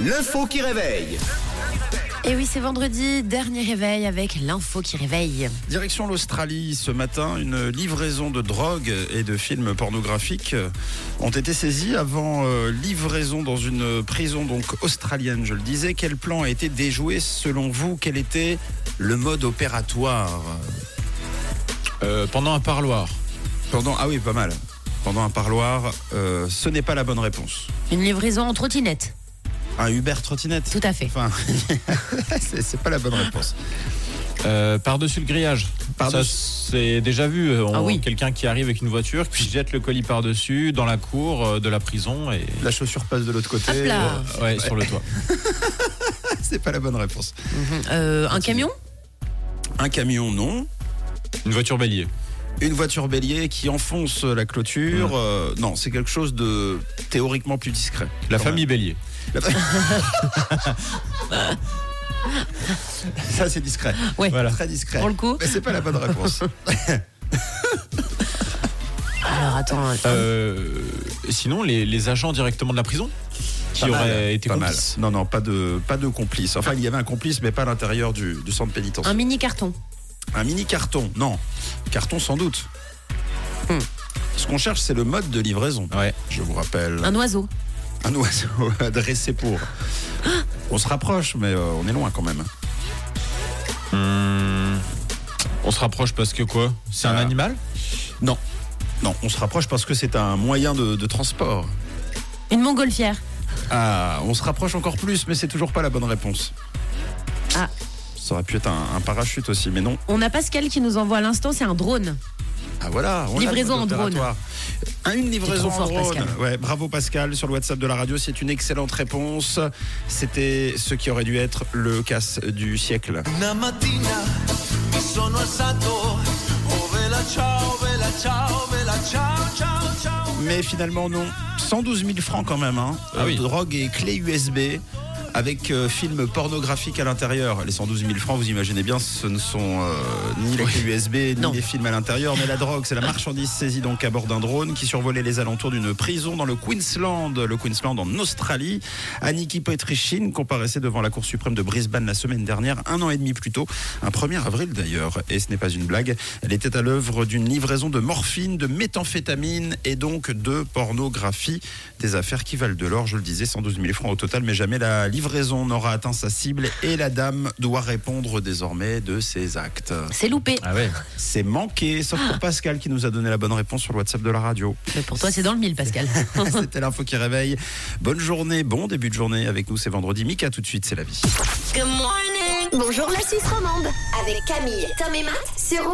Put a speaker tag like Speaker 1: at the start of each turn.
Speaker 1: L'info qui réveille.
Speaker 2: Et oui, c'est vendredi, dernier réveil avec l'info qui réveille.
Speaker 3: Direction l'Australie, ce matin, une livraison de drogue et de films pornographiques ont été saisis avant euh, livraison dans une prison donc australienne, je le disais. Quel plan a été déjoué selon vous Quel était le mode opératoire
Speaker 4: Euh, pendant un parloir.
Speaker 3: Pendant ah oui, pas mal. Pendant un parloir, euh, ce n'est pas la bonne réponse.
Speaker 2: Une livraison en trottinette.
Speaker 3: Un Uber trottinette.
Speaker 2: Tout à fait.
Speaker 3: Enfin, c'est c'est pas la bonne réponse.
Speaker 4: Euh, Par-dessus le grillage.
Speaker 3: Par-dessus.
Speaker 4: Ça, c'est déjà vu. euh, on-
Speaker 2: Ah oui.
Speaker 4: Quelqu'un qui arrive avec une voiture, qui jette le colis par-dessus, dans la cour euh, de la prison et
Speaker 3: La chaussure passe de l'autre côté.
Speaker 2: Hop là.
Speaker 4: ouais, sur le toit.
Speaker 3: C'est pas la bonne réponse.
Speaker 2: Euh, un camion
Speaker 3: Un camion, non.
Speaker 4: Une voiture bélier.
Speaker 3: Une voiture bélier qui enfonce la clôture. euh, non, c'est quelque chose de théoriquement plus discret.
Speaker 4: La
Speaker 3: Quand
Speaker 4: famille bélier.
Speaker 3: même. La- Ça, c'est discret.
Speaker 2: Ouais.
Speaker 3: Voilà. Très discret.
Speaker 2: Pour le coup.
Speaker 3: Mais c'est pas la bonne réponse.
Speaker 2: Alors attends, attends.
Speaker 4: Euh, sinon, les, les agents directement de la prison qui
Speaker 3: Pas mal,
Speaker 4: auraient été
Speaker 3: pas mal.
Speaker 4: complices.
Speaker 3: Non, non, pas de, pas de complice. Enfin, il y avait un complice, mais pas à l'intérieur du, du centre pénitentiaire.
Speaker 2: un mini carton.
Speaker 3: Un mini carton, non. Carton sans doute.
Speaker 2: Hmm.
Speaker 3: Ce qu'on cherche, c'est le mode de livraison.
Speaker 4: Ouais.
Speaker 3: Je vous rappelle.
Speaker 2: Un oiseau.
Speaker 3: Un oiseau adressé pour. On se rapproche, mais euh, on est loin quand même.
Speaker 4: Hum, on se rapproche parce que quoi C'est un
Speaker 3: Ah.
Speaker 4: animal
Speaker 3: Non. Non, on se rapproche parce que c'est un moyen de, de transport.
Speaker 2: Une montgolfière.
Speaker 3: Ah, on se rapproche encore plus, mais c'est toujours pas la bonne réponse.
Speaker 2: Ah.
Speaker 3: Ça aurait pu être un, un parachute aussi, mais non.
Speaker 2: On a Pascal qui nous envoie à l'instant, c'est un drone.
Speaker 3: Ah voilà, on a
Speaker 2: Livraison
Speaker 3: le
Speaker 2: en drone.
Speaker 3: opératoire. Ah, Une livraison
Speaker 2: trop
Speaker 3: en
Speaker 2: fort,
Speaker 3: drone.
Speaker 2: Pascal.
Speaker 3: Ouais, bravo Pascal sur le WhatsApp de la radio, c'est une excellente réponse. C'était ce qui aurait dû être le casse du siècle.
Speaker 5: Una mattina mi sono alzato, oh vela ciao, vela ciao, vela ciao, ciao, ciao.
Speaker 3: Mais finalement, non. 112 000 francs quand même. Hein.
Speaker 4: Ah
Speaker 3: Euh,
Speaker 4: oui.
Speaker 3: Drogue et clé USB avec euh, film pornographique à l'intérieur. Les 112 000 francs, vous imaginez bien, ce ne sont euh, ni les clés USB, ni
Speaker 2: Non.
Speaker 3: les films à l'intérieur, mais la drogue. C'est la marchandise saisie donc à bord d'un drone qui survolait les alentours d'une prison dans le Queensland, le Queensland en Australie. Aniki Petrichin comparaissait devant la Cour suprême de Brisbane la semaine dernière, un an et demi plus tôt, un 1er avril d'ailleurs. Et ce n'est pas une blague, elle était à l'œuvre d'une livraison de morphine, de méthamphétamine et donc de pornographie. Des affaires qui valent de l'or, je le disais, 112 000 francs au total, mais jamais la livraison n'aura atteint sa cible et la dame doit répondre désormais de ses actes.
Speaker 2: C'est loupé.
Speaker 4: Ah ouais.
Speaker 3: C'est manqué, sauf pour Pascal qui nous a donné la bonne réponse sur le WhatsApp de la radio.
Speaker 2: Mais pour toi, c'est dans le mille, Pascal.
Speaker 3: C'était l'info qui réveille. Bonne journée, bon début de journée avec nous, c'est vendredi. Mika, tout de suite, c'est la vie.
Speaker 6: Bonjour la Suisse romande avec Camille, Tom et Matt sur